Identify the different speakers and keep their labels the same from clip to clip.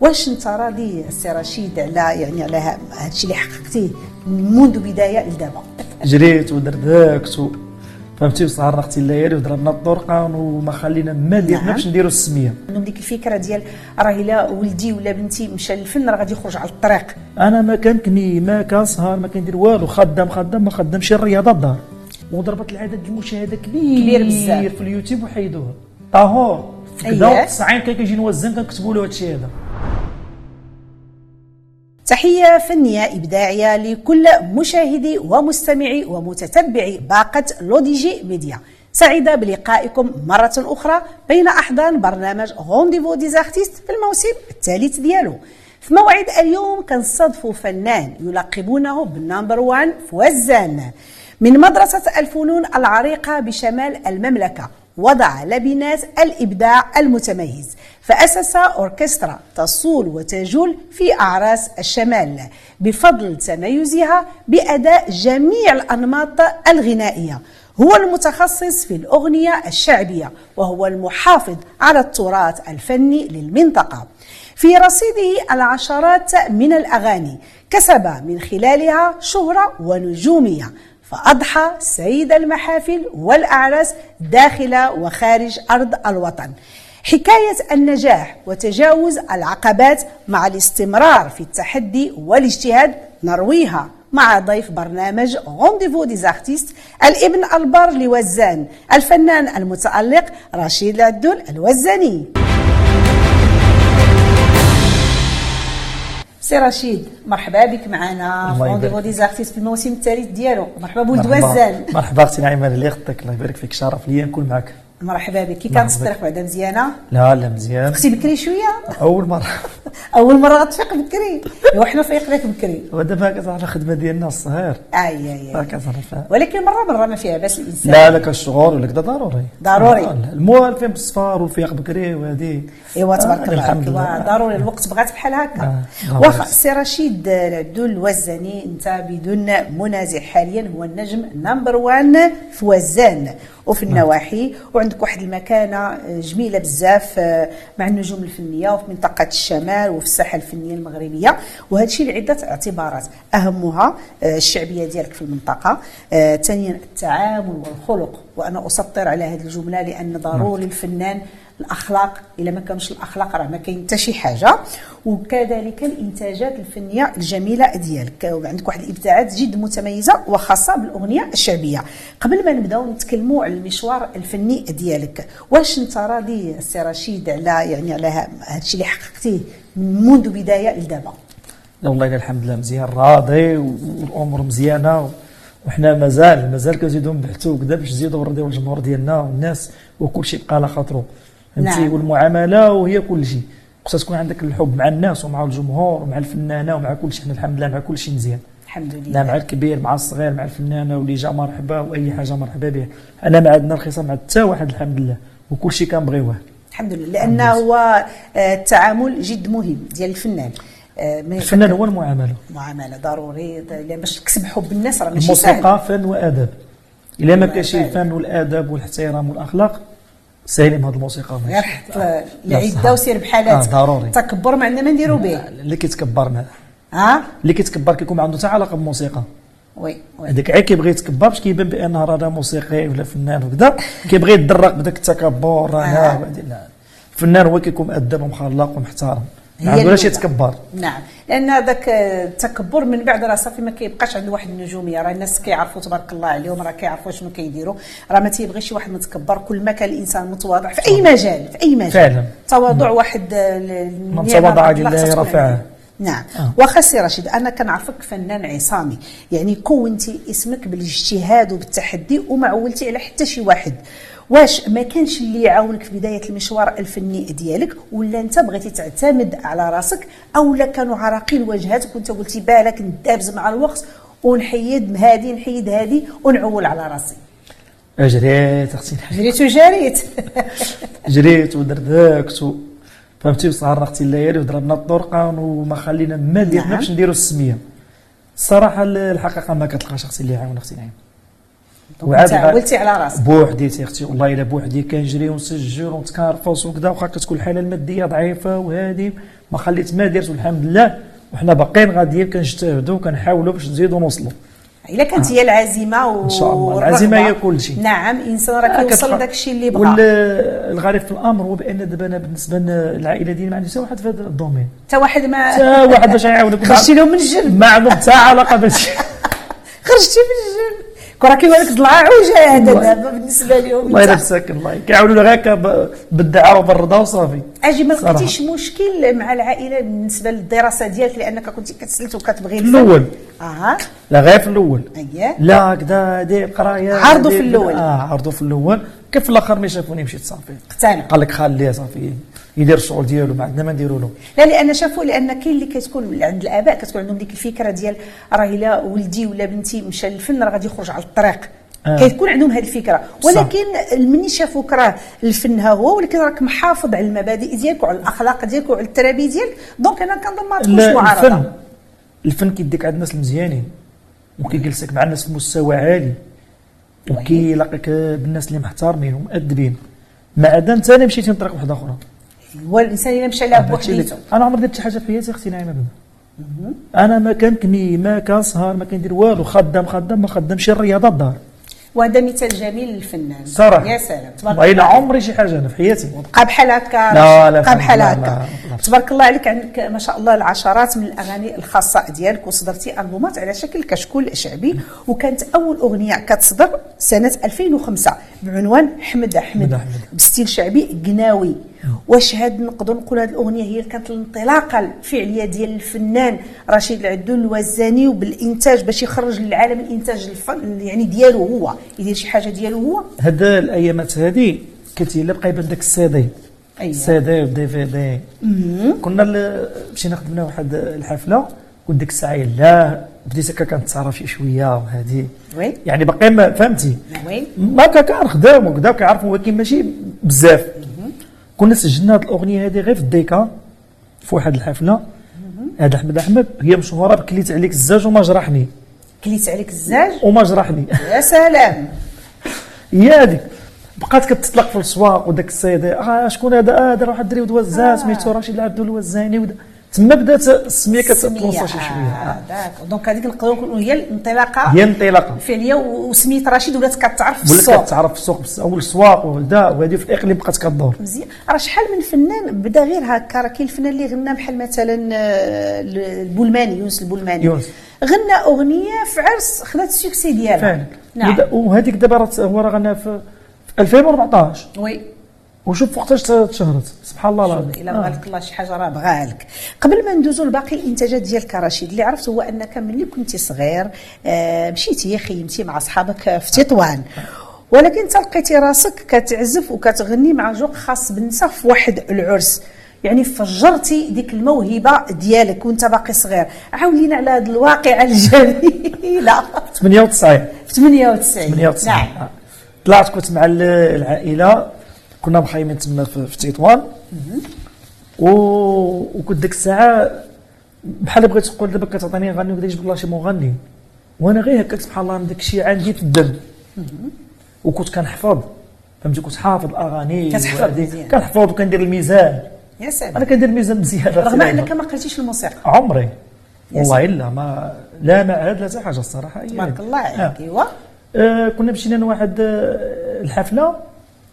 Speaker 1: واش انت راضي السي رشيد على يعني على ه- هادشي اللي حققتيه منذ بدايه لدابا
Speaker 2: جريت ودردكت و... فهمتي وسهرنا اختي الليالي وضربنا الطرقان وما خلينا ما
Speaker 1: نعم.
Speaker 2: ديرنا باش نديروا السميه
Speaker 1: عندهم ديك الفكره ديال راه الا ولدي ولا بنتي مشى للفن راه غادي يخرج على الطريق
Speaker 2: انا ما كنكني ما كنسهر ما كندير والو خدام خدام ما خدامش الرياضه الدار وضربت العدد المشاهده كبير
Speaker 1: كبير بزاف. أيوة.
Speaker 2: في اليوتيوب وحيدوها طهور
Speaker 1: أييه.
Speaker 2: كدا ساعين كان كيجي نوزن كنكتبوا له هادشي هذا
Speaker 1: تحية فنية إبداعية لكل مشاهدي ومستمعي ومتتبعي باقة لوديجي ميديا سعيدة بلقائكم مرة أخرى بين أحضان برنامج رونديفو ديز أرتيست في الموسم الثالث ديالو في موعد اليوم كنصادفوا فنان يلقبونه بالنمبر وان فوزان من مدرسة الفنون العريقة بشمال المملكة وضع لبنات الإبداع المتميز فأسس أوركسترا تصول وتجول في أعراس الشمال بفضل تميزها بأداء جميع الأنماط الغنائية هو المتخصص في الأغنية الشعبية وهو المحافظ على التراث الفني للمنطقة في رصيده العشرات من الأغاني كسب من خلالها شهرة ونجومية فأضحى سيد المحافل والأعراس داخل وخارج أرض الوطن حكاية النجاح وتجاوز العقبات مع الاستمرار في التحدي والاجتهاد نرويها مع ضيف برنامج رونديفو ديز ارتيست الابن البار لوزان الفنان المتألق رشيد العدول الوزاني سي رشيد مرحبا بك معنا في
Speaker 2: الله يبارك
Speaker 1: رونديفو ديز ارتيست في الموسم الثالث ديالو مرحبا بولد
Speaker 2: مرحبا.
Speaker 1: وزان
Speaker 2: مرحبا اختي نعيمه اللي اختك الله يبارك فيك شرف ليا نكون معك
Speaker 1: مرحبا بك كي كانت
Speaker 2: مرحبا.
Speaker 1: الطريق بعدا مزيانه
Speaker 2: لا لا مزيان
Speaker 1: اختي بكري شويه
Speaker 2: اول مره
Speaker 1: اول مره غتفيق بكري وحنا فيقناك بكري
Speaker 2: ودابا كتعرف الخدمه ديالنا الصهير
Speaker 1: اي اي
Speaker 2: راه
Speaker 1: اي
Speaker 2: كتعرف
Speaker 1: ولكن مره مره ما فيها باس الانسان
Speaker 2: لا لا كالشغل ولا كذا ضروري
Speaker 1: ضروري.
Speaker 2: المهم فين بالصفار والفياق بكري وهذه
Speaker 1: ايوا تبارك
Speaker 2: آه،
Speaker 1: الله
Speaker 2: الحمد لله
Speaker 1: إيوا ضروري الوقت بغات بحال هكا
Speaker 2: آه،
Speaker 1: واخا
Speaker 2: ضروري.
Speaker 1: سي رشيد العدول الوزاني انت بدون منازع حاليا هو النجم نمبر وان في وزان
Speaker 2: آه.
Speaker 1: وفي النواحي وعندك واحد المكانه جميله بزاف آه، مع النجوم الفنيه وفي منطقه الشمال وفي الساحه الفنيه المغربيه وهذا الشيء لعده اعتبارات اهمها آه، الشعبيه ديالك في المنطقه آه، ثانيا التعامل والخلق وانا اسطر على هذه الجمله لان ضروري
Speaker 2: نعم.
Speaker 1: الفنان الاخلاق الا ما كانش الاخلاق راه ما كاين حتى شي حاجه وكذلك الانتاجات الفنيه الجميله ديالك عندك واحد الابداعات جد متميزه وخاصه بالاغنيه الشعبيه قبل ما نبداو نتكلموا على المشوار الفني ديالك واش انت راضي سي رشيد على يعني على ه- هادشي اللي حققتيه منذ بدايه لدابا
Speaker 2: لا والله إلا الحمد لله مزيان راضي والامور مزيانه و- وحنا مازال مازال كنزيدو نبحثوا وكذا باش نزيدو نرضيو الجمهور ديالنا والناس وكل شيء بقى على خاطرو فهمتي
Speaker 1: نعم.
Speaker 2: والمعامله وهي كل شيء خصها تكون عندك الحب مع الناس ومع الجمهور ومع الفنانه ومع كل شيء حنا الحمد لله مع كل شيء مزيان
Speaker 1: الحمد
Speaker 2: لا
Speaker 1: لله
Speaker 2: نعم، مع الكبير مع الصغير مع الفنانه واللي جا مرحبا واي حاجه مرحبا بها انا ما عندنا رخيصه مع حتى واحد الحمد لله وكل شيء كنبغيوه
Speaker 1: الحمد لله لان هو آه، التعامل جد مهم ديال الفنان آه، ما-
Speaker 2: الفنان هو المعامله
Speaker 1: معامله ضروري لا باش تكسب حب الناس راه ماشي سهل
Speaker 2: الموسيقى فن وادب الا ما
Speaker 1: ما
Speaker 2: كانش
Speaker 1: بالك.
Speaker 2: الفن والادب والاحترام والاخلاق سالم هذه الموسيقى ماشي.
Speaker 1: غير حط العده
Speaker 2: صح.
Speaker 1: وسير بحالاتك
Speaker 2: آه، ضروري. نعم.
Speaker 1: تكبر ما عندنا ما نديرو به
Speaker 2: اللي كيتكبر معاه
Speaker 1: ها
Speaker 2: اللي كيتكبر كيكون ما عنده حتى علاقه بالموسيقى
Speaker 1: وي وي
Speaker 2: هذاك عيب كيبغي يتكبر باش كيبان بانه راه ده موسيقي ولا فنان وكذا كيبغي يتدرق بداك التكبر راه
Speaker 1: آه.
Speaker 2: أنا وهادي- لا. الفنان هو كيكون مؤدب ومخلق ومحترم
Speaker 1: هي
Speaker 2: ما عندوش
Speaker 1: الأولى.
Speaker 2: يتكبر
Speaker 1: نعم لان ذاك التكبر من بعد راه صافي ما كيبقاش عنده واحد النجوميه راه الناس كيعرفوا تبارك الله عليهم راه كيعرفوا شنو كيديروا راه ما تيبغيش شي واحد متكبر كل ما كان الانسان متواضع في اي مجال في اي مجال
Speaker 2: فعلا.
Speaker 1: تواضع
Speaker 2: نعم.
Speaker 1: واحد آه، ال-
Speaker 2: من
Speaker 1: النعمة
Speaker 2: تواضع
Speaker 1: عند الله
Speaker 2: لله
Speaker 1: تتكون
Speaker 2: رفعه.
Speaker 1: عليه. نعم
Speaker 2: آه.
Speaker 1: واخا سي رشيد انا كنعرفك فنان عصامي يعني كونتي اسمك بالاجتهاد وبالتحدي وما عولتي على حتى شي واحد واش ما كانش اللي يعاونك في بدايه المشوار الفني ديالك ولا انت بغيتي تعتمد على راسك او لا كانوا عراقيل واجهاتك وانت قلتي بالك ندابز مع الوقت ونحيد هادي نحيد هادي ونعول على راسي
Speaker 2: جريت اختي
Speaker 1: جريت وجريت
Speaker 2: جريت ودردكت و... فهمتي وسهرنا اختي الليالي وضربنا الطرقان وما خلينا ما ديرنا
Speaker 1: نعم.
Speaker 2: باش نديروا السميه الصراحه ال- الحقيقه ما كتلقاش اختي اللي يعاون اختي نعيم
Speaker 1: دونك انت عولتي على راسك
Speaker 2: بوحدي سي اختي والله الا بوحدي كنجري ونسجل ونتكارفص وكذا واخا كتكون الحاله الماديه ضعيفه وهذه ما خليت ما درت والحمد لله وحنا باقيين غاديين كنجتهدوا وكنحاولوا باش نزيدوا نوصلوا
Speaker 1: الا كانت هي العزيمه و...
Speaker 2: إن شاء الله.
Speaker 1: والرغبة.
Speaker 2: العزيمة هي كل شيء. آه،
Speaker 1: نعم الانسان راه كيوصل داك الشيء اللي بغا
Speaker 2: والغريب في الامر هو بان دابا انا بالنسبه للعائله ديالي ما عندي حتى واحد في هذا الدومين
Speaker 1: حتى واحد ما
Speaker 2: حتى واحد باش يعاونك
Speaker 1: خرجتي له من الجنب
Speaker 2: ما عندهم حتى علاقه باش
Speaker 1: خرجتي من الجنب كون راه كيقول لك ضلعه وجا هذا دابا بالنسبه لهم
Speaker 2: الله
Speaker 1: انت.
Speaker 2: يلا ساكن الله كيعاولوا لها غير ب- بالدعاء وبالرضا وصافي
Speaker 1: اجي ما
Speaker 2: صراحة.
Speaker 1: لقيتيش مشكل مع العائله بالنسبه للدراسه ديالك لانك كنت كتسلت وكتبغي آه،
Speaker 2: في الاول
Speaker 1: اها
Speaker 2: لا غير في الاول
Speaker 1: اييه
Speaker 2: لا هكذا هادي القرايه
Speaker 1: عرضوا
Speaker 2: هادي-
Speaker 1: في الأول.
Speaker 2: اه عرضوا في الاول كيف في الاخر ملي شافوني مشيت صافي
Speaker 1: اقتنع
Speaker 2: قال لك خليه صافي يدير الشغل ديالو ما عندنا ما نديرو له
Speaker 1: لا لان شافوا لان كاين اللي كتكون عند الاباء كتكون عندهم ديك الفكره ديال راه الا ولدي ولا بنتي مشى للفن راه غادي يخرج على الطريق
Speaker 2: آه.
Speaker 1: كيكون عندهم هذه الفكره ولكن ملي شافوك راه الفن ها هو ولكن راك محافظ على المبادئ ديالك وعلى الاخلاق ديالك وعلى الترابيه ديالك دونك انا كنظن ما تكونش
Speaker 2: لا،
Speaker 1: معارضه
Speaker 2: الفن الفن كيديك عند الناس المزيانين وكيجلسك مع الناس في مستوى عالي وكيلاقيك بالناس اللي محترمين ومؤدبين ما عدا انت انا مشيتي من طريق واحده اخرى
Speaker 1: هو الانسان الا مشى لها
Speaker 2: هادشي اللي-
Speaker 1: بوحديته
Speaker 2: انا عمري درت شي حاجه في حياتي اختي نعيمه بنا انا ما كنكمي ما كنسهر ما كندير والو خدام خدام ما خدامش الرياضه الدار
Speaker 1: وهذا مثال جميل للفنان
Speaker 2: صراحه
Speaker 1: يا سلام تبارك
Speaker 2: والله الا عمري شي حاجه انا في حياتي
Speaker 1: بقى بحال هكا
Speaker 2: لا،
Speaker 1: بقى
Speaker 2: لا، الحمد
Speaker 1: بحال
Speaker 2: لله، لا،
Speaker 1: هكا
Speaker 2: لا.
Speaker 1: تبارك الله عليك عندك ما شاء الله العشرات من الاغاني الخاصه ديالك وصدرتي البومات على شكل كشكول شعبي وكانت اول اغنيه كتصدر سنه 2005 بعنوان حمد
Speaker 2: حمد
Speaker 1: احمد
Speaker 2: أحمد.
Speaker 1: بستيل شعبي قناوي واش هاد نقدر نقول هاد الاغنيه هي اللي كانت الانطلاقه الفعليه ديال الفنان رشيد العدول الوزاني وبالانتاج باش يخرج للعالم الانتاج الفن يعني ديالو هو يدير شي حاجه ديالو هو
Speaker 2: هاد الايامات هادي كنت الا بقى يبان داك السيدي
Speaker 1: أيوة.
Speaker 2: السيدي والدي في دي كنا ل- مشينا خدمنا واحد الحفله وديك الساعه لا بديت هكا كنتصرف شي شويه وهادي
Speaker 1: وي
Speaker 2: يعني باقي ما فهمتي
Speaker 1: وي
Speaker 2: ما كان كنخدم وكذا وكنعرف ولكن ماشي بزاف كنا سجلنا هاد الاغنيه هادي غير في الديكا في واحد الحفله هذا احمد احمد هي مشهوره بكليت عليك الزاج وما جرحني
Speaker 1: كليت عليك الزاج
Speaker 2: وما جرحني
Speaker 1: يا سلام
Speaker 2: هي هذيك بقات كتطلق في السواق وداك السيدي اه شكون هذا اه دار واحد الدري ودوزا
Speaker 1: آه.
Speaker 2: سميتو رشيد العبدول الوزاني ودا تما بدات
Speaker 1: سمية.
Speaker 2: السميه كتوصل شي شويه
Speaker 1: آه،
Speaker 2: آه.
Speaker 1: داك دونك هذيك نقدروا نقولوا هي الانطلاقه
Speaker 2: هي انطلاقه
Speaker 1: الفعليه و- وسميت رشيد ولات كتعرف في
Speaker 2: ولا
Speaker 1: السوق
Speaker 2: كتعرف في السوق بس اول السواق ودا وهذه في الاقليم بقات كدور
Speaker 1: مزيان راه شحال من فنان بدا غير هكا راه كاين الفنان اللي غنى بحال مثلا آه، البولماني يونس البولماني
Speaker 2: يونس.
Speaker 1: غنى اغنيه في عرس خدات السوكسي ديالها
Speaker 2: فعلا
Speaker 1: نعم
Speaker 2: ودا- وهذيك دابا راه ت- هو راه غنى في في 2014
Speaker 1: وي
Speaker 2: وشوف وقتاش ت- تشهرت سبحان الله العظيم
Speaker 1: الا
Speaker 2: آه.
Speaker 1: بغى لك الله شي حاجه راه بغاها لك قبل ما ندوزو لباقي الانتاجات ديالك رشيد اللي عرفت هو انك ملي كنتي صغير آه، مشيتي خيمتي مع اصحابك في تطوان ولكن تلقيتي راسك كتعزف وكتغني مع جوق خاص بالنساء في واحد العرس يعني فجرتي ديك الموهبه ديالك وانت باقي صغير عاولينا على هذه الواقعه الجميله
Speaker 2: آه. 98
Speaker 1: في 98
Speaker 2: 98
Speaker 1: نعم
Speaker 2: آه. طلعت كنت مع ال- العائله كنا مخيمين تما في في تطوان و... وكنت ديك الساعه بحال بغيت تقول دابا كتعطيني نغني وكذا يجبد الله شي مغني وانا غير هكاك سبحان الله من داك الشيء عندي في الدم وكنت كنحفظ فهمتي كنت حافظ الاغاني
Speaker 1: كتحفظ
Speaker 2: وهذه.
Speaker 1: مزيان.
Speaker 2: كنحفظ وكندير الميزان
Speaker 1: يا
Speaker 2: انا
Speaker 1: سلام
Speaker 2: كندير الميزان مزيان
Speaker 1: رغم انك ما قريتيش الموسيقى
Speaker 2: عمري والله الا ما لا معهد لا حتى حاجه الصراحه أي
Speaker 1: تبارك
Speaker 2: حاجة.
Speaker 1: الله
Speaker 2: آه.
Speaker 1: عليك ايوا
Speaker 2: آه، كنا مشينا لواحد آه، الحفله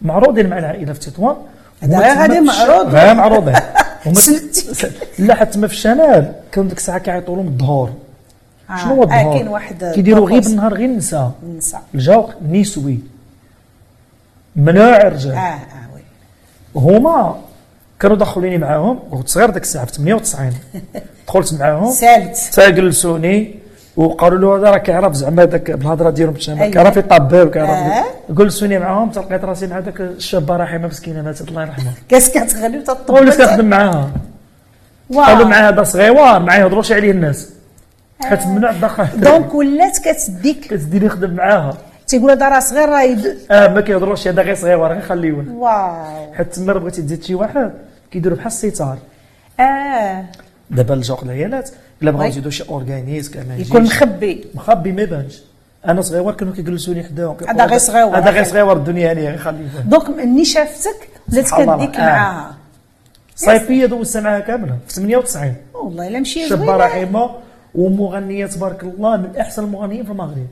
Speaker 2: معروضين مع العائله في تطوان
Speaker 1: هذا
Speaker 2: هما
Speaker 1: غير
Speaker 2: تما
Speaker 1: غادي
Speaker 2: في الش-
Speaker 1: معروض.
Speaker 2: غير معروضين هما ت-
Speaker 1: سلتي.
Speaker 2: لا حتى تما في الشمال كانوا ديك الساعه كيعيطوا لهم الظهور
Speaker 1: آه،
Speaker 2: شنو هو
Speaker 1: آه،
Speaker 2: الظهور؟
Speaker 1: كاين واحد
Speaker 2: كيديروا غير
Speaker 1: طقوس.
Speaker 2: بالنهار غير النساء
Speaker 1: النساء
Speaker 2: الجوق نسوي مناع
Speaker 1: اه
Speaker 2: الرجال
Speaker 1: اه وي
Speaker 2: هما كانوا داخليني معاهم كنت صغير ديك الساعه في 98 دخلت معاهم
Speaker 1: سالت
Speaker 2: حتى جلسوني وقالوا له هذا راه كيعرف زعما هذاك بالهضره ديالهم تما
Speaker 1: أيوة.
Speaker 2: كيعرف يطبل وكيعرف
Speaker 1: آه.
Speaker 2: جلسوني معاهم تلقيت راسي مع ذاك الشابه رحمه مسكينه ماتت الله يرحمها
Speaker 1: كاس كتغني وتطبل
Speaker 2: وليت كنخدم معاها
Speaker 1: آه.
Speaker 2: قالوا مع هذا صغيوار ما يهضروش عليه الناس حيت ممنوع الدخل
Speaker 1: أه. دونك ولات كتديك
Speaker 2: كتديني نخدم معاها
Speaker 1: تيقول هذا راه صغير راه يد
Speaker 2: اه ما كيهضروش هذا غير صغيوار غير خليوه
Speaker 1: واو
Speaker 2: حيت تما راه بغيتي تزيد شي واحد كيديروا بحال الستار
Speaker 1: اه
Speaker 2: دابا الجوق العيالات الا بغاو
Speaker 1: وي.
Speaker 2: يزيدوا شي اورغانيز كما
Speaker 1: يكون مخبي
Speaker 2: مخبي ما يبانش انا صغيور كانوا كيجلسوني حداهم كيقولوا
Speaker 1: هذا غير صغيور.
Speaker 2: هذا غير صغيور الدنيا هانيه غير خليه
Speaker 1: دوك مني شافتك بدات
Speaker 2: سبحان الله.
Speaker 1: كديك
Speaker 2: آه.
Speaker 1: معاها
Speaker 2: صيفيه دوزتها معاها كامله في 98
Speaker 1: والله الا مشي
Speaker 2: شابه
Speaker 1: زوينه
Speaker 2: رحيمه ومغنيه تبارك الله من احسن المغنيين في المغرب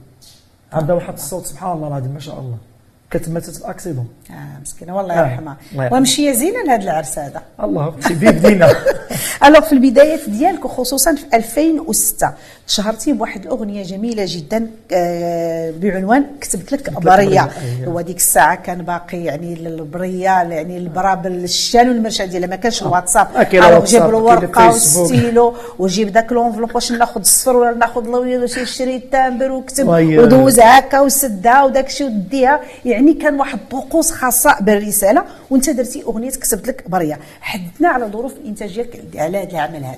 Speaker 2: عندها واحد الصوت سبحان الله العظيم ما شاء الله كتماتت في اكسيدون
Speaker 1: آه مسكينه والله
Speaker 2: آه.
Speaker 1: يرحمها
Speaker 2: الله يرحمها.
Speaker 1: ومشي زينه لهذا العرس هذا
Speaker 2: الله في بدينا
Speaker 1: الوغ في البدايات ديالك وخصوصا في 2006 شهرتي بواحد الاغنيه جميله جدا آه، بعنوان كتبت لك
Speaker 2: لك
Speaker 1: بريه
Speaker 2: برية، أيوة.
Speaker 1: هو ديك الساعه كان باقي يعني البريه يعني البرابل الشال والمرشا ديالها ما كانش الواتساب
Speaker 2: آه، كاين
Speaker 1: عاود جيب
Speaker 2: الواتساب، كاين
Speaker 1: الورقه
Speaker 2: الفيسبوك.
Speaker 1: والستيلو وجيب داك لونفلوب واش ناخذ الصفر ولا ناخذ الابيض واش نشري التامبر وكتب
Speaker 2: وهي-
Speaker 1: ودوز هكا وسدها وداك الشيء وديها يعني كان واحد الطقوس خاصه بالرساله وانت درتي اغنيه كتبت لك بريه حدثنا على ظروف الانتاج ديالك على هذا العمل هذا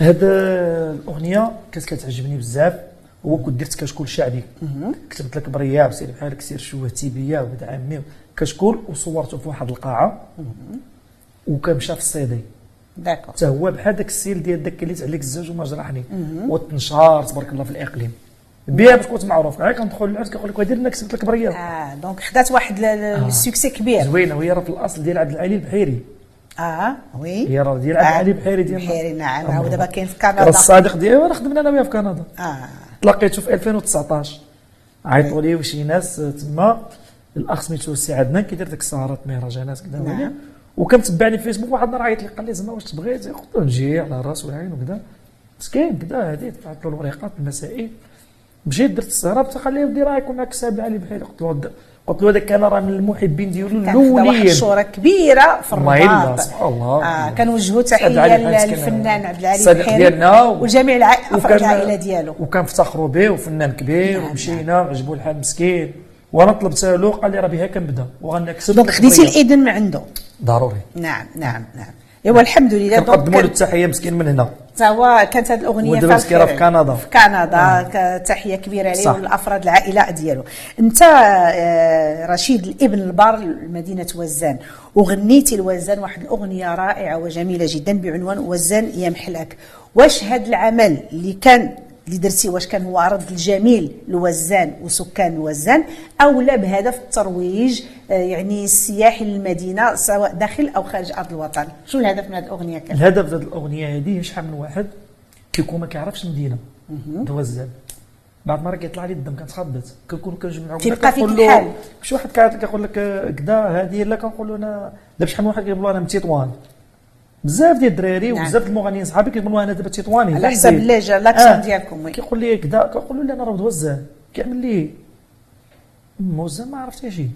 Speaker 2: هاد الاغنيه كانت كتعجبني بزاف هو كنت درت كشكول شعبي كتبت لك بريا وسير بحالك سير شوهتي بيا ولد عمي كشكول وصورته في واحد القاعه وكمشى في السيدي
Speaker 1: داكور
Speaker 2: حتى هو بحال داك السيل ديال داك اللي عليك الزوج وما جرحني وتنشار تبارك الله في الاقليم بها باش كنت معروف غير كندخل للعرس كيقول لك ودير لنا كسبت لك بريه
Speaker 1: اه دونك خدات واحد ل-
Speaker 2: آه.
Speaker 1: ل- السكسي كبير
Speaker 2: زوينه وهي راه في الاصل ديال عبد العالي البحيري
Speaker 1: اه وي آه،
Speaker 2: هي راه ديال عبد العالي البحيري ديال
Speaker 1: بحيري نعم
Speaker 2: الله.
Speaker 1: هو دابا كاين في
Speaker 2: راه
Speaker 1: كندا
Speaker 2: الصديق ديالي راه خدمنا انا وياه في كندا
Speaker 1: اه
Speaker 2: تلاقيته في 2019
Speaker 1: إيه.
Speaker 2: عيطوا لي وشي ناس آه، تما الاخ سميتو السي عدنان كيدير ديك السهرات مهرجانات كذا
Speaker 1: نعم.
Speaker 2: نعم. وكان متبعني في فيسبوك واحد النهار عيط لي قال لي زعما واش تبغي قلت له نجي على راس والعين وكذا مسكين كذا هادي دفعت له الوريقات المسائي مشيت درت السهره بتا قال لي ودي راه يكون معك سابع علي بحال قلت له ود- قلت له هذاك انا راه من المحبين ديالو
Speaker 1: كان خدا واحد
Speaker 2: الاولين
Speaker 1: الشهره كبيره في
Speaker 2: الله يلا،
Speaker 1: الرباط
Speaker 2: سبحان الله.
Speaker 1: آه كنوجهوا
Speaker 2: عبد العالي
Speaker 1: تحيه
Speaker 2: الحارس كان
Speaker 1: للفنان عبد العالي
Speaker 2: الصديق
Speaker 1: البحيري
Speaker 2: ديالنا و-
Speaker 1: وجميع الع- أفراد
Speaker 2: وكان-
Speaker 1: العائله ديالو
Speaker 2: وكان افتخروا به وفنان كبير
Speaker 1: نعم،
Speaker 2: ومشينا وعجبو الحال مسكين وانا طلبت له قال لي راه بها كنبدا وغنكسب
Speaker 1: دونك خديتي
Speaker 2: القضية.
Speaker 1: الاذن من عنده
Speaker 2: ضروري
Speaker 1: نعم نعم نعم ايوا الحمد لله دونك
Speaker 2: كنقدموا له
Speaker 1: كان-
Speaker 2: التحيه مسكين من هنا
Speaker 1: تا هو كانت هذه الاغنيه
Speaker 2: ودابا مسكينة
Speaker 1: الخير
Speaker 2: في كندا. نعم.
Speaker 1: في كندا ك- تحيه كبيره عليه
Speaker 2: صح.
Speaker 1: والافراد العائله ديالو انت آه، رشيد الابن البار لمدينه وزان وغنيتي لوزان واحد الاغنيه رائعه وجميله جدا بعنوان وزان يا محلاك واش هذا العمل اللي كان اللي درتي واش كان هو رد الجميل لوزان وسكان وزان او لا بهدف الترويج آه، يعني السياحي للمدينه سواء داخل او خارج ارض الوطن شنو الهدف من هذه الاغنيه كان
Speaker 2: الهدف ديال الاغنيه هذه شحال من واحد كيكون ما كيعرفش المدينه دوزان بعض المرات كيطلع لي الدم كنتخبط كنكون كنجمعو
Speaker 1: كيبقى فيك
Speaker 2: كنقول له-
Speaker 1: الحال.
Speaker 2: شي واحد كيعطيك كيقول لك آه، كدا هذه لا كنقول له انا دابا شحال من واحد كيقول له انا من تطوان بزاف ديال الدراري
Speaker 1: نعم.
Speaker 2: وبزاف ديال المغنيين صحابي كيقولوا انا دابا تطواني
Speaker 1: على حسب اللهجه لاكسون
Speaker 2: آه.
Speaker 1: ديالكم وي
Speaker 2: كيقول لي كدا كنقول له لا انا راه دوزان كيعمل لي موزان ما عرفت شي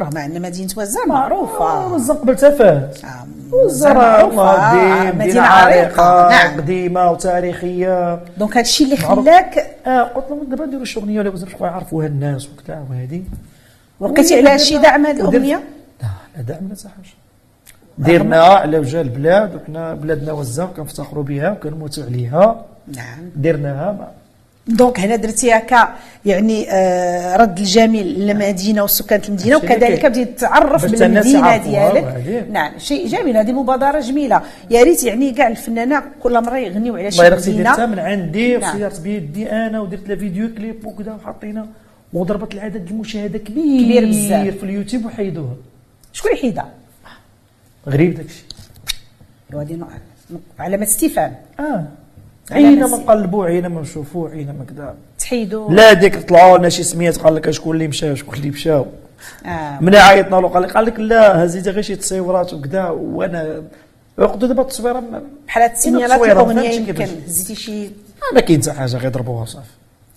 Speaker 1: راه مع ان مدينه وزان معروفه
Speaker 2: وزان قبل تفاهه
Speaker 1: آه، وزان
Speaker 2: الزراعة
Speaker 1: معروفة،
Speaker 2: الله
Speaker 1: آه،
Speaker 2: مدينة
Speaker 1: مدينه
Speaker 2: عريقة
Speaker 1: نعم
Speaker 2: قديمة وتاريخية
Speaker 1: دونك هادشي اللي
Speaker 2: معروف.
Speaker 1: خلاك
Speaker 2: آه قلت لهم دابا نديروا الشغنية ولا بزاف شكون يعرفوها الناس وكذا وهذه
Speaker 1: وقيتي عليها شي دعم هاد
Speaker 2: ودرت-
Speaker 1: الاغنيه
Speaker 2: لا لا دعم ما صحاش درنا على وجه البلاد وحنا بلادنا وزة كنفتخروا بها وكنموتوا عليها
Speaker 1: نعم
Speaker 2: درناها ما-
Speaker 1: دونك هنا درتيها ك يعني آه رد الجميل للمدينه وسكان المدينه
Speaker 2: هادشي اللي
Speaker 1: وكذلك
Speaker 2: كاين.
Speaker 1: بديتي تتعرف
Speaker 2: باش تا الناس
Speaker 1: بالمدينه
Speaker 2: يعرفوها
Speaker 1: ديالك
Speaker 2: وهادي.
Speaker 1: نعم شيء جميل هذه مبادره جميله يا ريت يعني كاع الفنانه كل مره يغنيو على
Speaker 2: الله
Speaker 1: شي
Speaker 2: يرسي درتها
Speaker 1: مدينه
Speaker 2: من عندي
Speaker 1: نعم.
Speaker 2: وصيرت بيدي انا ودرت لها فيديو كليب وكذا وحطينا وضربت العدد المشاهدة كبير
Speaker 1: كبير بزاف.
Speaker 2: في اليوتيوب وحيدوها
Speaker 1: شكون يحيدها؟
Speaker 2: غريب داكشي
Speaker 1: وهذه نوع- علامه استفهام
Speaker 2: اه
Speaker 1: على
Speaker 2: عينا ما
Speaker 1: نفسي.
Speaker 2: نقلبوه عينا ما نشوفوه عينا ما كذا
Speaker 1: تحيدوا
Speaker 2: لا ديك طلعوا لنا شي سميات قال لك شكون اللي مشى شكون اللي مشاو
Speaker 1: آه.
Speaker 2: ملي عيطنا له قال لك قال لك لا هزيت غير شي تصويرات وكذا وانا عقدوا ديال التصويره ما
Speaker 1: بحال هاد السينيالات
Speaker 2: تصويرة،
Speaker 1: الاغنيه
Speaker 2: فهمتي
Speaker 1: يمكن
Speaker 2: كيفاش.
Speaker 1: هزيتي شي
Speaker 2: ما كاين حتى حاجه غير ضربوها صافي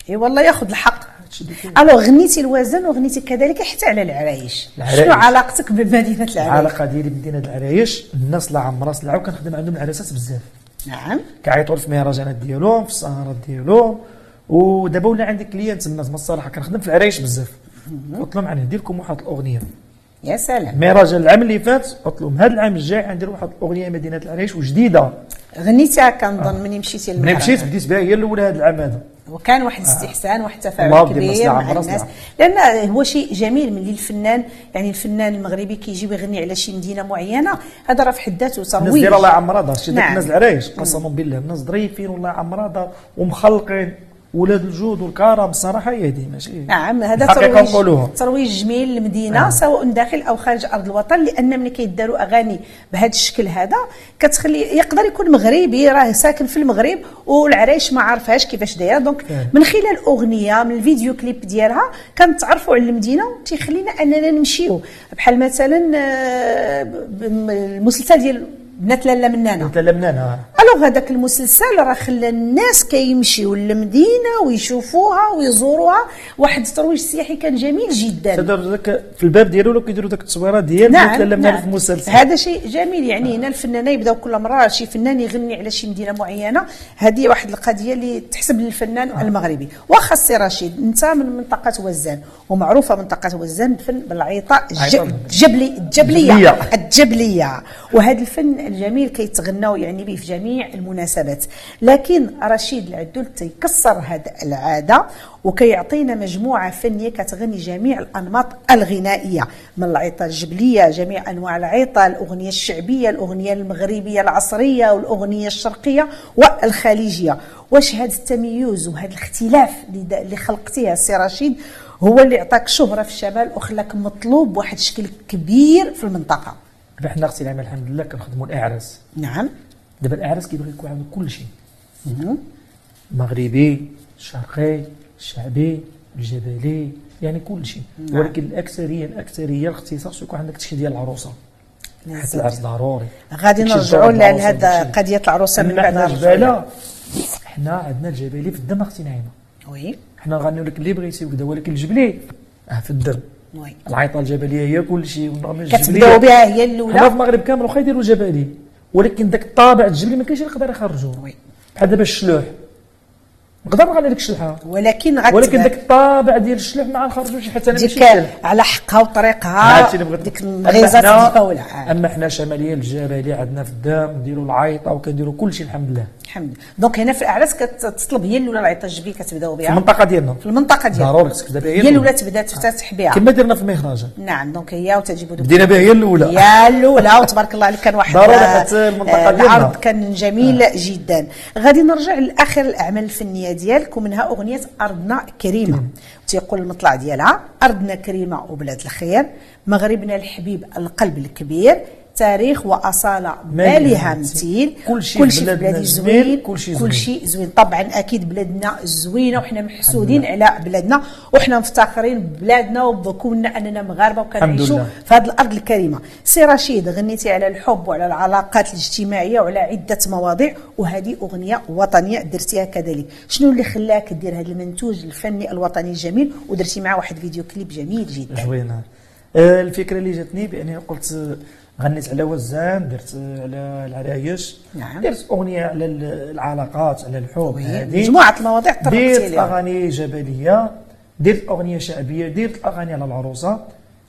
Speaker 1: اي والله ياخذ الحق
Speaker 2: هادشي اللي كاين.
Speaker 1: الو غنيتي الوزن وغنيتي كذلك حتى على العرايش
Speaker 2: العرايش.
Speaker 1: شنو علاقتك بمدينه العرايش
Speaker 2: العلاقه ديالي بمدينه العرايش الناس لا عمرها صلعوا كنخدم عندهم العراسات بزاف
Speaker 1: نعم
Speaker 2: كيعيطوا لي في المهرجانات ديالهم في السهرات ديالهم ودابا ولا عندي كليان تما تما الصراحه كنخدم في العرايش بزاف قلت لهم غندير لكم واحد الاغنيه
Speaker 1: يا سلام
Speaker 2: مهرجان العام اللي فات قلت لهم هذا العام الجاي غندير واحد الاغنيه مدينه العريش وجديده
Speaker 1: غنيتها كنظن مني مشيتي
Speaker 2: ملي
Speaker 1: للمغرب
Speaker 2: مشيت آه. بديت بها هي الاولى هذا العام هذا
Speaker 1: وكان واحد الاستحسان واحد
Speaker 2: الله
Speaker 1: التفاعل
Speaker 2: يديم
Speaker 1: كبير
Speaker 2: مصلحة،
Speaker 1: مع
Speaker 2: مصلحة.
Speaker 1: الناس لان هو شيء جميل ملي الفنان يعني الفنان المغربي كيجي ويغني على شي مدينه معينه هذا راه في حد ذاته
Speaker 2: الناس
Speaker 1: ترويج
Speaker 2: ديال الله عمرها دار شي داك
Speaker 1: نعم.
Speaker 2: الناس العرايش قسما بالله الناس ظريفين والله عمرها دار ومخلقين ولاد الجود والكرم الصراحه يهدي ماشي
Speaker 1: نعم هذا
Speaker 2: الحقيقة
Speaker 1: ترويج
Speaker 2: نقولوها. نعم.
Speaker 1: ترويج جميل للمدينه آه. سواء داخل او خارج ارض الوطن لان ملي كيداروا اغاني بهذا الشكل هذا كتخلي يقدر يكون مغربي راه ساكن في المغرب والعرايش ما عارفهاش كيفاش دايره دونك
Speaker 2: فعلا.
Speaker 1: من خلال اغنيه من الفيديو كليب ديالها كنتعرفوا على المدينه وتيخلينا اننا نمشيو بحال مثلا آه، ب- ب- المسلسل ديال بنات لاله منانا
Speaker 2: انت لمنانا
Speaker 1: الوغ هذاك المسلسل راه خلى الناس كيمشيو للمدينه ويشوفوها ويزوروها واحد الترويج سياحي كان جميل جدا
Speaker 2: تدار ذاك في الباب ديالو ولا كيديروا ذاك التصويره ديال بنات لاله منانا في المسلسل
Speaker 1: نعم، هذا شيء جميل يعني هنا الفنانه يبداو كل مره شي فنان يغني على شي مدينه معينه هذه واحد القضيه اللي تحسب للفنان المغربي واخا السي رشيد انت من منطقه وزان ومعروفه منطقه وزان بالفن بالعيطه الج-
Speaker 2: عيطة.
Speaker 1: الجبلي الجبليه
Speaker 2: الجبلية.
Speaker 1: الجبليه وهذا الفن الجميل كيتغناو يعني به في جميع المناسبات لكن رشيد العدول تيكسر هذا العاده وكيعطينا مجموعه فنيه كتغني جميع الانماط الغنائيه من العيطه الجبليه جميع انواع العيطه الاغنيه الشعبيه الاغنيه المغربيه العصريه والاغنيه الشرقيه والخليجيه واش هذا التمييز وهذا الاختلاف اللي دا- اللي خلقتيه السي رشيد هو اللي عطاك شهره في الشمال وخلاك مطلوب بواحد الشكل كبير في المنطقه
Speaker 2: دابا حنا اختي العام الحمد لله كنخدموا الاعراس
Speaker 1: نعم
Speaker 2: دابا الاعراس كيبغي يكون عنده كل شيء
Speaker 1: مهم.
Speaker 2: مغربي شرقي شعبي الجبلي يعني كل شيء
Speaker 1: نعم.
Speaker 2: ولكن الاكثريه الاكثريه الاختصاص يكون عندك الشيء ديال العروسه حتى العرس ضروري
Speaker 1: غادي
Speaker 2: داكشي
Speaker 1: نرجعوا
Speaker 2: الضروري العروسة
Speaker 1: لهذا
Speaker 2: داكشي.
Speaker 1: قضيه العروسه من
Speaker 2: أما
Speaker 1: بعد
Speaker 2: حنا
Speaker 1: الرجوله
Speaker 2: الجبالة حنا عندنا الجبلي في الدم اختي نعيمه
Speaker 1: وي
Speaker 2: حنا غنقول لك اللي بغيتي وكذا ولكن الجبلي اه في الدم
Speaker 1: وي
Speaker 2: العيطه الجبليه هي كل شيء والنغمه
Speaker 1: كتبداو
Speaker 2: الجبليه
Speaker 1: بها هي
Speaker 2: حنا في
Speaker 1: الاولى
Speaker 2: المغرب كامل واخا يديروا جبلي ولكن ذاك الطابع الجبلي ما كاينش اللي يقدر يخرجوه
Speaker 1: وي
Speaker 2: بحال دابا الشلوح نقدر نغني لك الشلحه
Speaker 1: ولكن
Speaker 2: ولكن
Speaker 1: غتبان
Speaker 2: ذاك الطابع ديال الشلح ما غنخرجوش حتى انا ماشي
Speaker 1: ديك
Speaker 2: الشلح
Speaker 1: على حقها
Speaker 2: هذا
Speaker 1: وطريقها
Speaker 2: الشيء اللي بغيت
Speaker 1: ديك
Speaker 2: أما
Speaker 1: الغيزات
Speaker 2: حنا-
Speaker 1: المفاوله
Speaker 2: اما حنا شماليين الجبلي عندنا في الدام نديروا العيطه وكنديروا كل شيء الحمد لله
Speaker 1: الحمد لله دونك هنا في الاعراس كتطلب هي الاولى العيطه الجبليه كتبداو
Speaker 2: في
Speaker 1: بها
Speaker 2: المنطقه ديالنا
Speaker 1: في المنطقه ديالها
Speaker 2: ضروري خصك تبدا
Speaker 1: هي الاولى تبدا تفتتح بها
Speaker 2: كما درنا في المهرجان
Speaker 1: نعم دونك هي وتجيب دوك
Speaker 2: بدينا بها هي الاولى
Speaker 1: يا الاولى وتبارك الله عليك كان واحد
Speaker 2: ضروري
Speaker 1: آه،
Speaker 2: حتى المنطقة آه.
Speaker 1: آه،
Speaker 2: ديالنا.
Speaker 1: العرض كان جميل جدا غادي نرجع لاخر الاعمال الفنيه ديالك ومنها اغنيه ارضنا كريمه تيقول المطلع ديالها ارضنا كريمه وبلاد الخير مغربنا الحبيب القلب الكبير تاريخ واصاله ما
Speaker 2: ما
Speaker 1: لها
Speaker 2: لها
Speaker 1: مثيل
Speaker 2: كل شي
Speaker 1: كل شي في
Speaker 2: بلادنا
Speaker 1: بلادي
Speaker 2: زوين،
Speaker 1: زوين
Speaker 2: كل شي
Speaker 1: كل
Speaker 2: زوين.
Speaker 1: شيء زوين طبعا اكيد بلادنا زوينه وحنا محسودين على بلادنا وحنا مفتخرين ببلادنا وبكوننا اننا مغاربه وكنعيشوا
Speaker 2: لله.
Speaker 1: في هذه الارض الكريمه سي رشيد غنيتي على الحب وعلى العلاقات الاجتماعيه وعلى عده مواضيع وهذه اغنيه وطنيه درتيها كذلك شنو اللي خلاك دير هذا المنتوج الفني الوطني الجميل ودرتي معاه واحد فيديو كليب جميل جدا
Speaker 2: زوينه آه، الفكره اللي جاتني باني قلت آه، غنيت على وزان درت آه، على العرايش
Speaker 1: نعم.
Speaker 2: درت اغنيه على ال- العلاقات على الحب هذه
Speaker 1: مجموعه المواضيع طرقتي
Speaker 2: درت
Speaker 1: لها
Speaker 2: اغاني جبليه درت اغنيه شعبيه درت اغاني على العروسه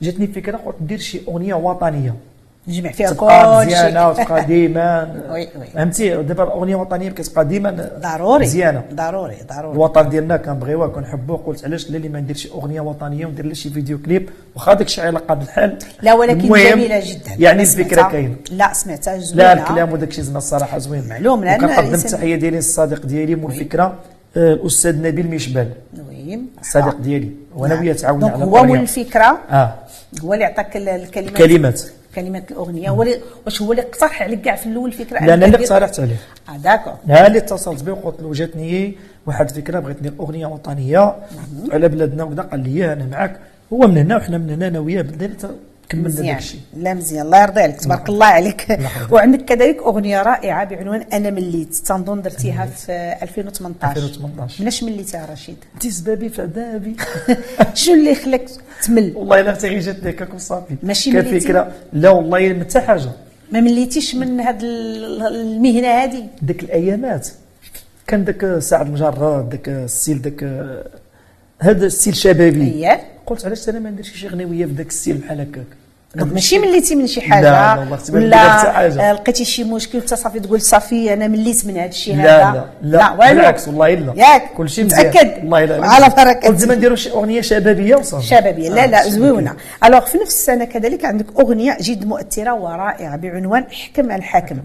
Speaker 2: جاتني فكره قلت ندير شي اغنيه وطنيه
Speaker 1: نجمع فيها
Speaker 2: تبقى
Speaker 1: كل
Speaker 2: مزيانه
Speaker 1: شيء
Speaker 2: وتبقى ديما
Speaker 1: وي- وي.
Speaker 2: فهمتي دابا الاغنيه الوطنيه كتبقى ديما
Speaker 1: ضروري
Speaker 2: مزيانه
Speaker 1: ضروري ضروري
Speaker 2: الوطن ديالنا كنبغيوه كنحبوه قلت علاش لا اللي ما نديرش اغنيه وطنيه وندير لها شي فيديو كليب واخا داك الشيء علاقه بالحال
Speaker 1: لا ولكن
Speaker 2: المهم،
Speaker 1: جميله جدا
Speaker 2: يعني
Speaker 1: أنا سمعتها-
Speaker 2: الفكره كاينه
Speaker 1: لا سمعتها زوينه
Speaker 2: لا الكلام وداك الشيء زين الصراحه زوين
Speaker 1: معلوم، لأن
Speaker 2: وكنقدم
Speaker 1: الإنسان-
Speaker 2: التحيه ديالي للصديق ديالي مول الفكره آه، الاستاذ نبيل مشبال
Speaker 1: نعم
Speaker 2: الصديق ديالي وانا
Speaker 1: نعم.
Speaker 2: وياه تعاوننا
Speaker 1: دونك
Speaker 2: على
Speaker 1: هو مول
Speaker 2: الأغنية.
Speaker 1: الفكره
Speaker 2: اه
Speaker 1: هو اللي عطاك ال- الكلمات
Speaker 2: كلمات
Speaker 1: يعني كلمات الاغنيه هو اللي واش هو اللي اقترح عليك كاع في الاول فكره
Speaker 2: لان انا اللي اقترحت عليه
Speaker 1: اه داكور
Speaker 2: نهار اللي اتصلت به وقلت له جاتني واحد الفكره بغيت ندير اغنيه وطنيه على بلادنا وكذا قال لي انا معاك هو من هنا وحنا من هنا انا وياه بدينا كملنا
Speaker 1: مزيان
Speaker 2: داك الشيء
Speaker 1: لا مزيان الله يرضي عليك
Speaker 2: نعم.
Speaker 1: تبارك الله عليك وعندك كذلك اغنيه رائعه بعنوان انا مليت تنظن درتيها في 2018
Speaker 2: 2018
Speaker 1: علاش مليتيها رشيد
Speaker 2: انت سبابي في عذابي
Speaker 1: شنو اللي خلاك تمل
Speaker 2: والله الا حتى غير جاتني هكاك وصافي
Speaker 1: ماشي مليتي؟
Speaker 2: كفكره لا والله ما حتى حاجه
Speaker 1: ما مليتيش من هاد ال- المهنه هذه
Speaker 2: ديك الايامات كان داك سعد المجرد داك السيل داك هذا السيل شبابي
Speaker 1: اييه
Speaker 2: قلت علاش انا ما نديرش شي غنويه في داك السيل بحال هكاك
Speaker 1: دونك ماشي مليتي من شي
Speaker 2: لا،
Speaker 1: حاجه
Speaker 2: نعم. لا، والله اختي ما مليت حتى
Speaker 1: ولا
Speaker 2: حاجة.
Speaker 1: آه، لقيتي شي مشكل وانت صافي تقول صافي انا مليت من هذا الشيء هذا
Speaker 2: لا لا لا
Speaker 1: والو.
Speaker 2: بالعكس والله الا
Speaker 1: ياك
Speaker 2: كل شيء
Speaker 1: متاكد
Speaker 2: والله الا
Speaker 1: على بركه
Speaker 2: قلت زعما نديروا شي اغنيه شبابيه وصافي
Speaker 1: شبابيه لا
Speaker 2: آه،
Speaker 1: لا
Speaker 2: شبابية.
Speaker 1: زويونه الوغ في نفس السنه كذلك عندك اغنيه جد مؤثره ورائعه بعنوان حكم الحاكم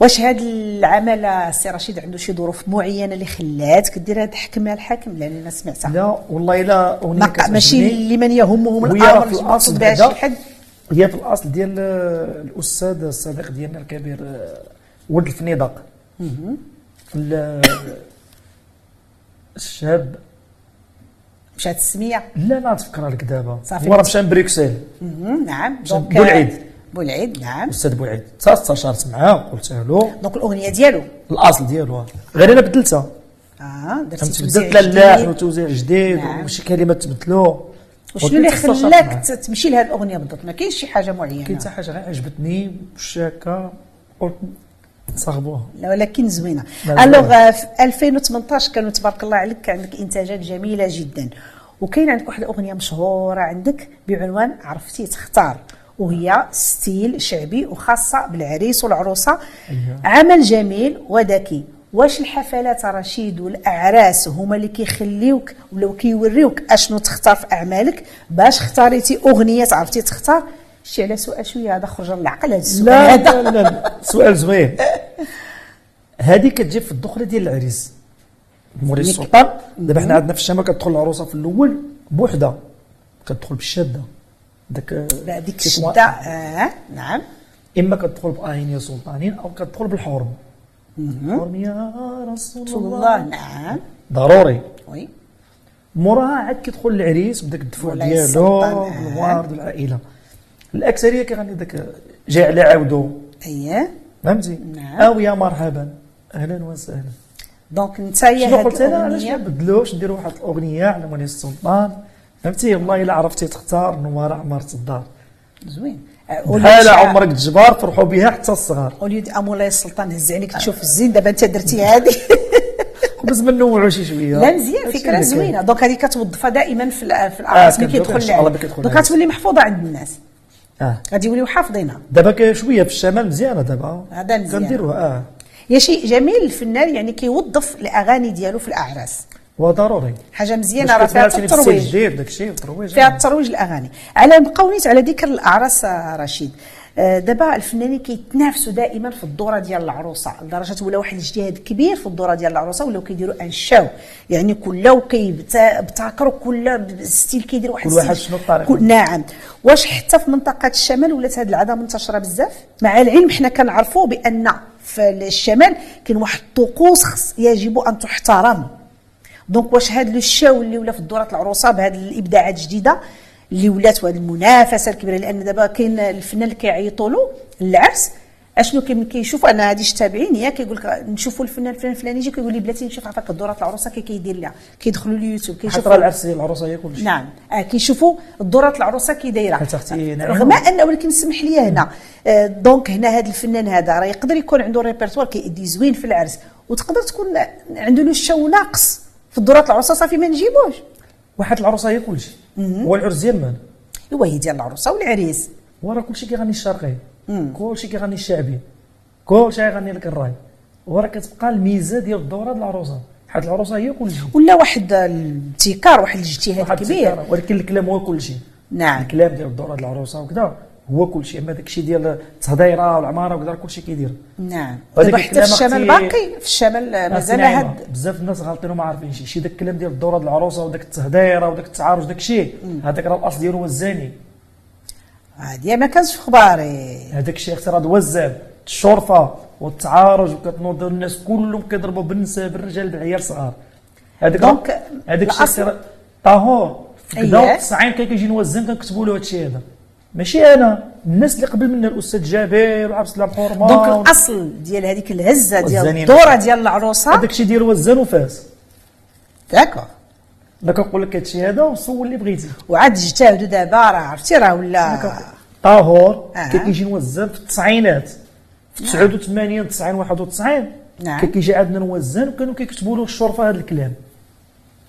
Speaker 1: واش هذا العمل السي رشيد عنده شي ظروف معينه اللي خلاتك دير هذا الحكم مع الحاكم لان انا سمعتها
Speaker 2: لا والله الا أغنية
Speaker 1: ما ق-
Speaker 2: كتعجبني.
Speaker 1: ماشي لمن يهمهم
Speaker 2: وهي
Speaker 1: الامر مش
Speaker 2: في الأصل
Speaker 1: مقصود بها
Speaker 2: بعدا-
Speaker 1: شي حد
Speaker 2: هي في الاصل ديال آه، الاستاذ الصديق ديالنا الكبير آه، ولد الفنيدق ال- آه، الشاب
Speaker 1: مشات السميه
Speaker 2: لا لا تفكر لك دابا
Speaker 1: صافي.
Speaker 2: هو راه مشى لبريكسل
Speaker 1: مهم، نعم
Speaker 2: مشات
Speaker 1: دونك-
Speaker 2: بولعيد.
Speaker 1: بولعيد نعم
Speaker 2: الاستاذ بوعيد حتى استشرت معاه قلتها له
Speaker 1: دونك الاغنيه ديالو
Speaker 2: الاصل ديالو غير انا بدلتها
Speaker 1: اه درتي
Speaker 2: فهمت
Speaker 1: توزيع
Speaker 2: بدلت لا
Speaker 1: جديد.
Speaker 2: وتوزيع جديد
Speaker 1: نعم.
Speaker 2: وشي كلمات تبدلو
Speaker 1: وشنو اللي
Speaker 2: قلت لك استشرت معاه.
Speaker 1: خلاك ت- تمشي لهذه الاغنيه بالضبط ما كاينش شي حاجه
Speaker 2: كاين حتى
Speaker 1: معينه
Speaker 2: حاجه غير عجبتني بالشاكه قلت نصاحبوها
Speaker 1: لا ولكن زوينه
Speaker 2: لا،
Speaker 1: الوغ
Speaker 2: زوينة.
Speaker 1: آه، في 2018 كانوا تبارك الله عليك عندك انتاجات جميله جدا وكاين عندك واحد الاغنيه مشهوره عندك بعنوان عرفتي تختار وهي ستيل شعبي وخاصه بالعريس والعروسه
Speaker 2: أيوة.
Speaker 1: عمل جميل وذكي واش الحفلات رشيد والاعراس هما اللي كيخليوك ولا كيوريوك اشنو تختار في اعمالك باش اختاريتي اغنيه عرفتي تختار شي على سؤال شويه هذا خرج للعقل هذا السؤال
Speaker 2: لا
Speaker 1: هذا
Speaker 2: لا لا سؤال زوين هذه كتجيب في الدخله ديال العريس موري
Speaker 1: يك-
Speaker 2: السلطان دابا حنا عندنا في الشام كتدخل العروسه في الاول بوحدها كتدخل بالشاده داك
Speaker 1: لا ديك
Speaker 2: تيكوا-
Speaker 1: الشده آه نعم
Speaker 2: اما كتدخل باين يا سلطانين او كتدخل بالحرم حرم يا رسول
Speaker 1: رسول
Speaker 2: الله
Speaker 1: الله نعم
Speaker 2: ضروري
Speaker 1: وي
Speaker 2: موراها عاد كيدخل العريس بداك الدفوع
Speaker 1: والله
Speaker 2: ديالو
Speaker 1: السلطان.
Speaker 2: بالوارد والعائله الاكثريه كيغني داك جاي على عوده
Speaker 1: اييه
Speaker 2: فهمتي
Speaker 1: نعم.
Speaker 2: او يا مرحبا اهلا وسهلا
Speaker 1: دونك انت يا
Speaker 2: شنو
Speaker 1: هاد
Speaker 2: قلت انا علاش ما
Speaker 1: الاغنيه
Speaker 2: بدلوش نديروا واحد الاغنيه على مولي السلطان فهمتي والله الا عرفتي تختار نوار عمارة الدار
Speaker 1: زوين
Speaker 2: بحال عمرك جبار فرحوا بها حتى الصغار
Speaker 1: اوليد امولاي السلطان هز عليك تشوف الزين دابا انت درتي هذه
Speaker 2: خبز ما نوعوا شي شويه
Speaker 1: لا مزيان
Speaker 2: هادشي
Speaker 1: فكره
Speaker 2: اللي
Speaker 1: زوينه
Speaker 2: كاين.
Speaker 1: دونك هذه كتوظفها دائما في الأ- في الاعراس ملي
Speaker 2: كندوزها إن
Speaker 1: كيدخل
Speaker 2: شاء الله ملي
Speaker 1: العرس
Speaker 2: كيدخل
Speaker 1: دونك
Speaker 2: العرس.
Speaker 1: غتولي محفوظه عند الناس
Speaker 2: اه
Speaker 1: غادي يوليو حافظينها
Speaker 2: دابا كاين شويه في الشمال مزيانه دابا
Speaker 1: هذا مزيان.
Speaker 2: كنديروها اه
Speaker 1: يا شيء جميل الفنان يعني كيوظف الاغاني ديالو في الاعراس
Speaker 2: وضروري
Speaker 1: حاجه مزيانه راه
Speaker 2: باش
Speaker 1: فيها
Speaker 2: كتسمع شي في السيل
Speaker 1: الترويج
Speaker 2: جديد داكشي الترويج آه.
Speaker 1: فيها الترويج الاغاني على نبقاو نيت على ذكر الاعراس آه، رشيد آه، دابا الفنانين كيتنافسوا دائما في الدوره ديال العروسه لدرجه ولا واحد الاجتهاد كبير في الدوره ديال العروسه ولاو كيديروا ان شو يعني كله كيبتكر وكل ستيل كيدير واحد
Speaker 2: كل واحد
Speaker 1: ستيل.
Speaker 2: شنو الطريقة
Speaker 1: كل- نعم واش حتى في منطقه الشمال ولات هذه العاده منتشره بزاف مع العلم حنا كنعرفوا بان في الشمال كاين واحد الطقوس خص- يجب ان تحترم دونك واش هذا لو شاو اللي ولا في الدورات العروسه بهذه الابداعات الجديده اللي ولات وهذه المنافسه الكبيره لان دابا كاين الفنان اللي كيعيطوا له العرس اشنو كي- كيشوف انا هذه تابعين هي كيقول لك نشوفوا الفنان الفلاني الفلاني يجي كيقول لي بلاتي نشوف عفاك الدورات العروسه كي كيدير لها كيدخلوا اليوتيوب
Speaker 2: حيت
Speaker 1: كيشوفوا
Speaker 2: راه العرس ديال العروسه هي كلشي
Speaker 1: نعم آه كيشوفوا الدورات العروسه كي دايره
Speaker 2: حيت أختي نعيمة.
Speaker 1: رغم ان ولكن سمح لي
Speaker 2: نعم.
Speaker 1: هنا آه دونك هنا هذا الفنان هذا راه يقدر يكون عنده ريبرتوار كيأدي زوين في العرس وتقدر تكون عنده له شو ناقص في الدورات العروسه صافي ما نجيبوش
Speaker 2: واحد العروسه هي كلشي هو العرس ديال من
Speaker 1: هو هي ديال العروسه والعريس
Speaker 2: وراه كلشي كيغني الشرقي كلشي كيغني الشعبي كلشي كيغني لك الراي وراه كتبقى الميزه ديال الدوره ديال العروسه حيت العروسه هي كلشي
Speaker 1: ولا واحد الابتكار واحد الاجتهاد
Speaker 2: واحد
Speaker 1: كبير
Speaker 2: السيطرة. ولكن الكلام هو كلشي
Speaker 1: نعم
Speaker 2: الكلام ديال الدوره ديال العروسه وكذا هو كلشي اما داكشي ديال التهضيره والعماره وكذا راه كلشي كيدير
Speaker 1: نعم
Speaker 2: وهذاك
Speaker 1: دابا حتى
Speaker 2: الكلام
Speaker 1: في الشمال
Speaker 2: أختي-
Speaker 1: باقي في الشمال آه، مازال
Speaker 2: أسمع
Speaker 1: هاد
Speaker 2: نعمة، بزاف الناس غالطين وما عارفين شي شي داك الكلام ديال الدوره ديال العروسه وداك التهضيره وداك التعارج داك الشيء هذاك راه الاصل ديالو هو الزاني
Speaker 1: هادي ما كانش في خباري
Speaker 2: هذاك الشيء اختي راه دوزاب الشرفه والتعارج وكتنوض الناس كلهم كيضربوا بالنساء بالرجال بالعيال صغار هذاك
Speaker 1: دونك
Speaker 2: راه- هذاك الشيء
Speaker 1: الأصل-
Speaker 2: اختي راه طاهور
Speaker 1: أييه.
Speaker 2: كدا الصعين كان كيجي نوزن كنكتبوا له هذا الشيء هذا ماشي انا الناس اللي قبل منا الاستاذ جابر وعبد السلام حرمه
Speaker 1: دونك
Speaker 2: و-
Speaker 1: الاصل ديال هذيك الهزه ديال
Speaker 2: والزنينة.
Speaker 1: الدوره ديال العروسه
Speaker 2: هذاك الشيء ديال وزن وفاس
Speaker 1: داكور
Speaker 2: لا كنقول لك هذا الشيء هذا وسول اللي بغيتي
Speaker 1: وعاد اجتهدوا دابا راه عرفتي راه ولا
Speaker 2: طاهور
Speaker 1: آه.
Speaker 2: كان كيجي نوزن في التسعينات في 89 90 91
Speaker 1: نعم.
Speaker 2: كان كيجي عندنا نوزن وكانوا كيكتبوا له الشرفه هذا الكلام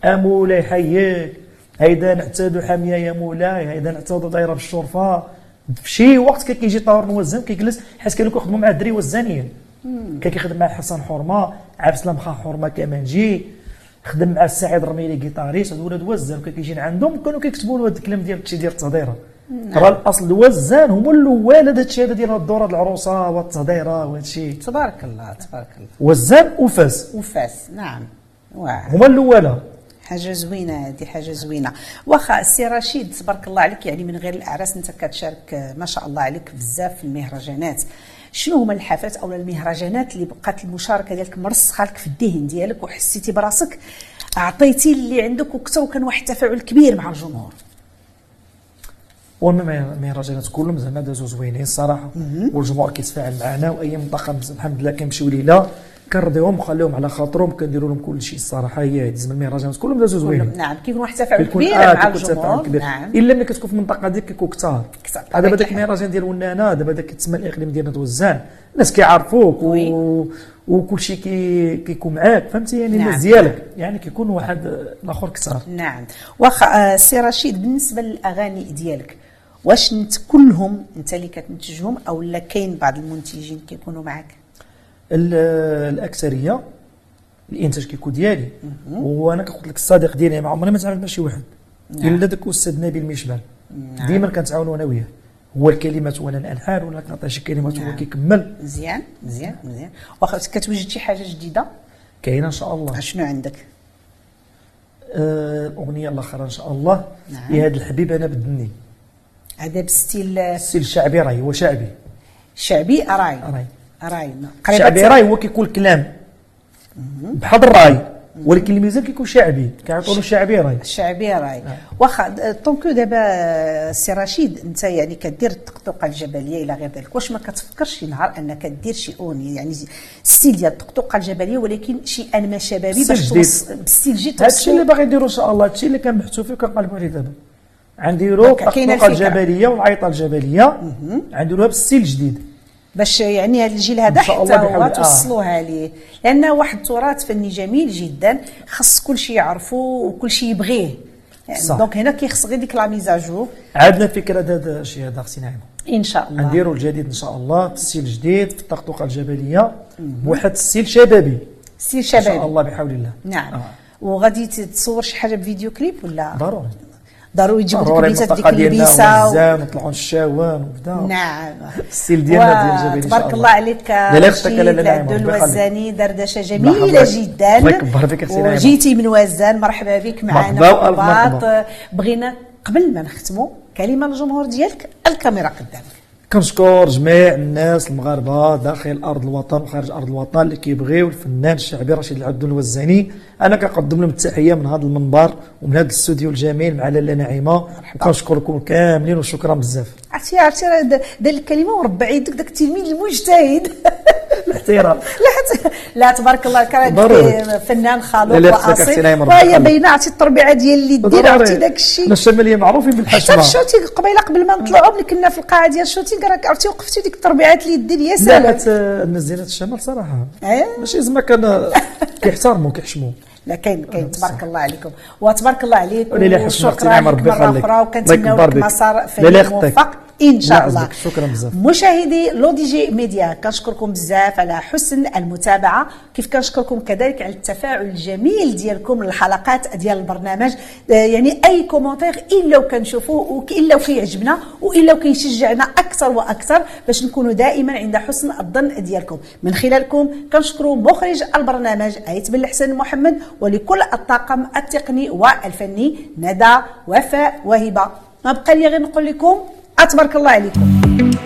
Speaker 2: يا مولاي حييك هيدا نعتادوا حاميه يا مولاي هيدا نعتادوا دايره بالشرفه في شي وقت كان كيجي طاهر نوزن كيجلس حيت كانوا كيخدموا مع الدري وزانيين كان كيخدم مع حسن حرمه عبد السلام خا حرمه كمانجي خدم مع السعيد الرميلي كيتاريست هاد ولاد وزان وكان كيجي عندهم كانوا كيكتبوا له هذا الكلام ديال الشي ديال التهضيره راه الاصل الوزان هما الاول هذا الشيء هذا ديال هاد الدور هاد العروسه والتهضيره وهذا الشيء
Speaker 1: تبارك الله تبارك الله
Speaker 2: وزان وفاس
Speaker 1: وفاس نعم واه
Speaker 2: هما الاوله
Speaker 1: حاجه زوينه هذه حاجه زوينه واخا السي رشيد تبارك الله عليك يعني من غير الاعراس انت كتشارك آه، ما شاء الله عليك بزاف في المهرجانات شنو هما الحافات او المهرجانات اللي بقات المشاركه ديالك مرسخه لك في الذهن ديالك وحسيتي براسك اعطيتي اللي عندك وكتا وكان واحد التفاعل كبير مع الجمهور
Speaker 2: وما المهرجانات كلهم زعما دازوا زوينين الصراحه والجمهور كيتفاعل معنا واي منطقه مز- الحمد لله كنمشيو ليله كنرضيهم وخليهم على خاطرهم كنديروا لهم كل شيء الصراحه هي هذه زعما المهرجانات كلهم دازوا زوينين
Speaker 1: نعم كيكون واحد التفاعل
Speaker 2: كيكون-
Speaker 1: كبير
Speaker 2: آه،
Speaker 1: مع
Speaker 2: كيكون تفاعل
Speaker 1: الجمهور
Speaker 2: كبير.
Speaker 1: نعم
Speaker 2: الا ملي كتكون في المنطقه ديك كيكون كثار
Speaker 1: كثار، بطبيعة
Speaker 2: دابا داك
Speaker 1: الحال.
Speaker 2: المهرجان ديال ونانا دابا داك تسمى الاقليم ديال هاد وزان الناس كيعرفوك و... وكل شيء كي... كيكون معاك فهمتي يعني
Speaker 1: نعم.
Speaker 2: الناس ديالك يعني كيكون واحد آه، الاخر كثار
Speaker 1: نعم واخا آه، سي رشيد بالنسبه للاغاني ديالك واش نت كلهم انت اللي كتنتجهم او لا كاين بعض المنتجين كيكونوا معك
Speaker 2: ال- الاكثريه الانتاج كيكون ديالي وانا كنقول لك الصديق ديالي ما عمري ما تعاملت مع شي واحد
Speaker 1: نعم.
Speaker 2: الا داك الاستاذ نبيل مشبل ديما كنتعاونوا انا وياه هو الكلمات وانا الالحان ولا كنعطيه شي كلمات
Speaker 1: نعم.
Speaker 2: هو كيكمل
Speaker 1: مزيان مزيان مزيان واخا كتوجد شي حاجه جديده
Speaker 2: كاينه ان شاء الله
Speaker 1: شنو عندك
Speaker 2: آه، الاغنيه الاخرى ان شاء الله
Speaker 1: نعم.
Speaker 2: يا هاد الحبيب انا بدني
Speaker 1: هذا بستيل آه،
Speaker 2: السيل الشعبي راهي هو شعبي
Speaker 1: شعبي اراي
Speaker 2: أراي.
Speaker 1: اراي نعم.
Speaker 2: شعبي
Speaker 1: قريبه
Speaker 2: راي هو كيكون الكلام بحال الراي ولكن الميزان كيكون شعبي كيعطوا له شعبي راي
Speaker 1: الشعبي راي
Speaker 2: نعم.
Speaker 1: واخا طونكو دابا آه، سي رشيد انت يعني كدير الطقطقه الجبليه الى غير ذلك واش ما كتفكرش شي نهار انك دير شي اغنيه يعني زي- ستيل ديال الطقطقه الجبليه ولكن شي انماء شبابي
Speaker 2: ستيل
Speaker 1: باش
Speaker 2: جديد.
Speaker 1: توص بستيل جديد
Speaker 2: هادشي
Speaker 1: توصل-
Speaker 2: اللي باغي نديرو ان شاء الله هادشي اللي كنبحثوا فيه وكنقلبوا عليه دابا غنديرو
Speaker 1: هكا، كاينة
Speaker 2: الطقطقه
Speaker 1: الفكرة.
Speaker 2: الجبليه والعيطه الجبليه غنديروها بالستيل الجديد
Speaker 1: باش يعني هذا الجيل هذا
Speaker 2: إن
Speaker 1: حتى
Speaker 2: شاء الله
Speaker 1: هو
Speaker 2: بحول- آه.
Speaker 1: توصلوها ليه لان واحد التراث فني جميل جدا خص كل شيء يعرفه وكل شيء يبغيه يعني
Speaker 2: صح.
Speaker 1: دونك هنا كيخص غير ديك لا ميزاجور
Speaker 2: عندنا فكره هذا هذا الشيء هذا اختي نعيمه
Speaker 1: ان شاء الله
Speaker 2: غنديرو الجديد ان شاء الله بالستيل الجديد في الطقطقه الجبليه بواحد الستيل شبابي
Speaker 1: سير
Speaker 2: ان شاء
Speaker 1: شباب
Speaker 2: الله بحول الله
Speaker 1: نعم
Speaker 2: آه.
Speaker 1: وغادي تتصور شي حاجه بفيديو كليب ولا
Speaker 2: ضروري
Speaker 1: ضروري يجيبوا ديك
Speaker 2: ضروري
Speaker 1: البيسات ديك
Speaker 2: المنطقه ديالنا
Speaker 1: اللبسه و-
Speaker 2: وزان نطلعوا للشاوان وكذا
Speaker 1: نعم
Speaker 2: الستيل ديالنا ديال
Speaker 1: و-
Speaker 2: الجبل إن شاء
Speaker 1: تبارك
Speaker 2: الله.
Speaker 1: الله عليك
Speaker 2: لا لا يخصك لا لا لا
Speaker 1: عبد
Speaker 2: عمر، الله يخليك.
Speaker 1: الوزاني دردشه
Speaker 2: الله
Speaker 1: جميله
Speaker 2: يخليك.
Speaker 1: جدا
Speaker 2: الله يكبر فيك أختي نعيمة.
Speaker 1: وجيتي من وزان مرحبا بك معنا
Speaker 2: مرحبا
Speaker 1: في
Speaker 2: وألف
Speaker 1: الرباط
Speaker 2: مرحبا.
Speaker 1: بغينا قبل ما نختموا كلمه للجمهور ديالك الكاميرا قدامك
Speaker 2: كنشكر جميع الناس المغاربه داخل ارض الوطن وخارج ارض الوطن اللي كيبغيو الفنان الشعبي رشيد العبد الوزاني انا كنقدم لهم التحيه من هذا المنبر ومن هذا الاستوديو الجميل مع لاله نعيمه كنشكركم كاملين وشكرا بزاف
Speaker 1: عرفتي عرفتي راه دا- دا الكلمه وربع يدك داك التلميذ المجتهد
Speaker 2: الاحترام
Speaker 1: لا حتى لا تبارك الله كان
Speaker 2: ضروري.
Speaker 1: فنان
Speaker 2: لا،
Speaker 1: خالق
Speaker 2: لا، خصك أختي
Speaker 1: واصيل
Speaker 2: نايمة، ربي
Speaker 1: وهي
Speaker 2: يخليك.
Speaker 1: باينه عرفتي التربيعه ديال اللي دير عرفتي داك
Speaker 2: حنا
Speaker 1: الشيء
Speaker 2: الشماليه معروفين
Speaker 1: حتى في
Speaker 2: بالحشمه
Speaker 1: الشوتينغ قبيله قبل ما نطلعوا ملي كنا في القاعه ديال الشوتينغ راك عرفتي وقفتي ديك التربيعات اللي دير يا
Speaker 2: لا
Speaker 1: سلام
Speaker 2: لا، آه، الناس ديال هاد الشمال صراحه
Speaker 1: إيه.
Speaker 2: ماشي زعما كان كيحترموا كيحشموا
Speaker 1: لا كاين كاين تبارك الله عليكم وتبارك الله عليك
Speaker 2: ولله يحفظك، أختي
Speaker 1: وشكرا
Speaker 2: نعمة،
Speaker 1: لك
Speaker 2: ربي
Speaker 1: مره اخرى
Speaker 2: يخليك. الله
Speaker 1: وكنتمناو
Speaker 2: يكبر
Speaker 1: لك
Speaker 2: بك.
Speaker 1: مسار
Speaker 2: لله
Speaker 1: فني
Speaker 2: يخطيك.
Speaker 1: موفق ان شاء
Speaker 2: الله
Speaker 1: الله
Speaker 2: يعزك. شكرا بزاف.
Speaker 1: مشاهدي لوديجي ميديا كنشكركم بزاف على حسن المتابعه كيف كنشكركم كذلك على التفاعل الجميل ديالكم للحلقات ديال البرنامج آه، يعني اي كومونتير الا وكنشوفوه وك- الا وكيعجبنا والا وكيشجعنا اكثر واكثر باش نكونوا دائما عند حسن الظن ديالكم من خلالكم كنشكروا مخرج البرنامج ايت بن الحسن محمد ولكل الطاقم التقني والفني ندى وفاء وهبه ما بقى لي غير نقول لكم اتبارك الله عليكم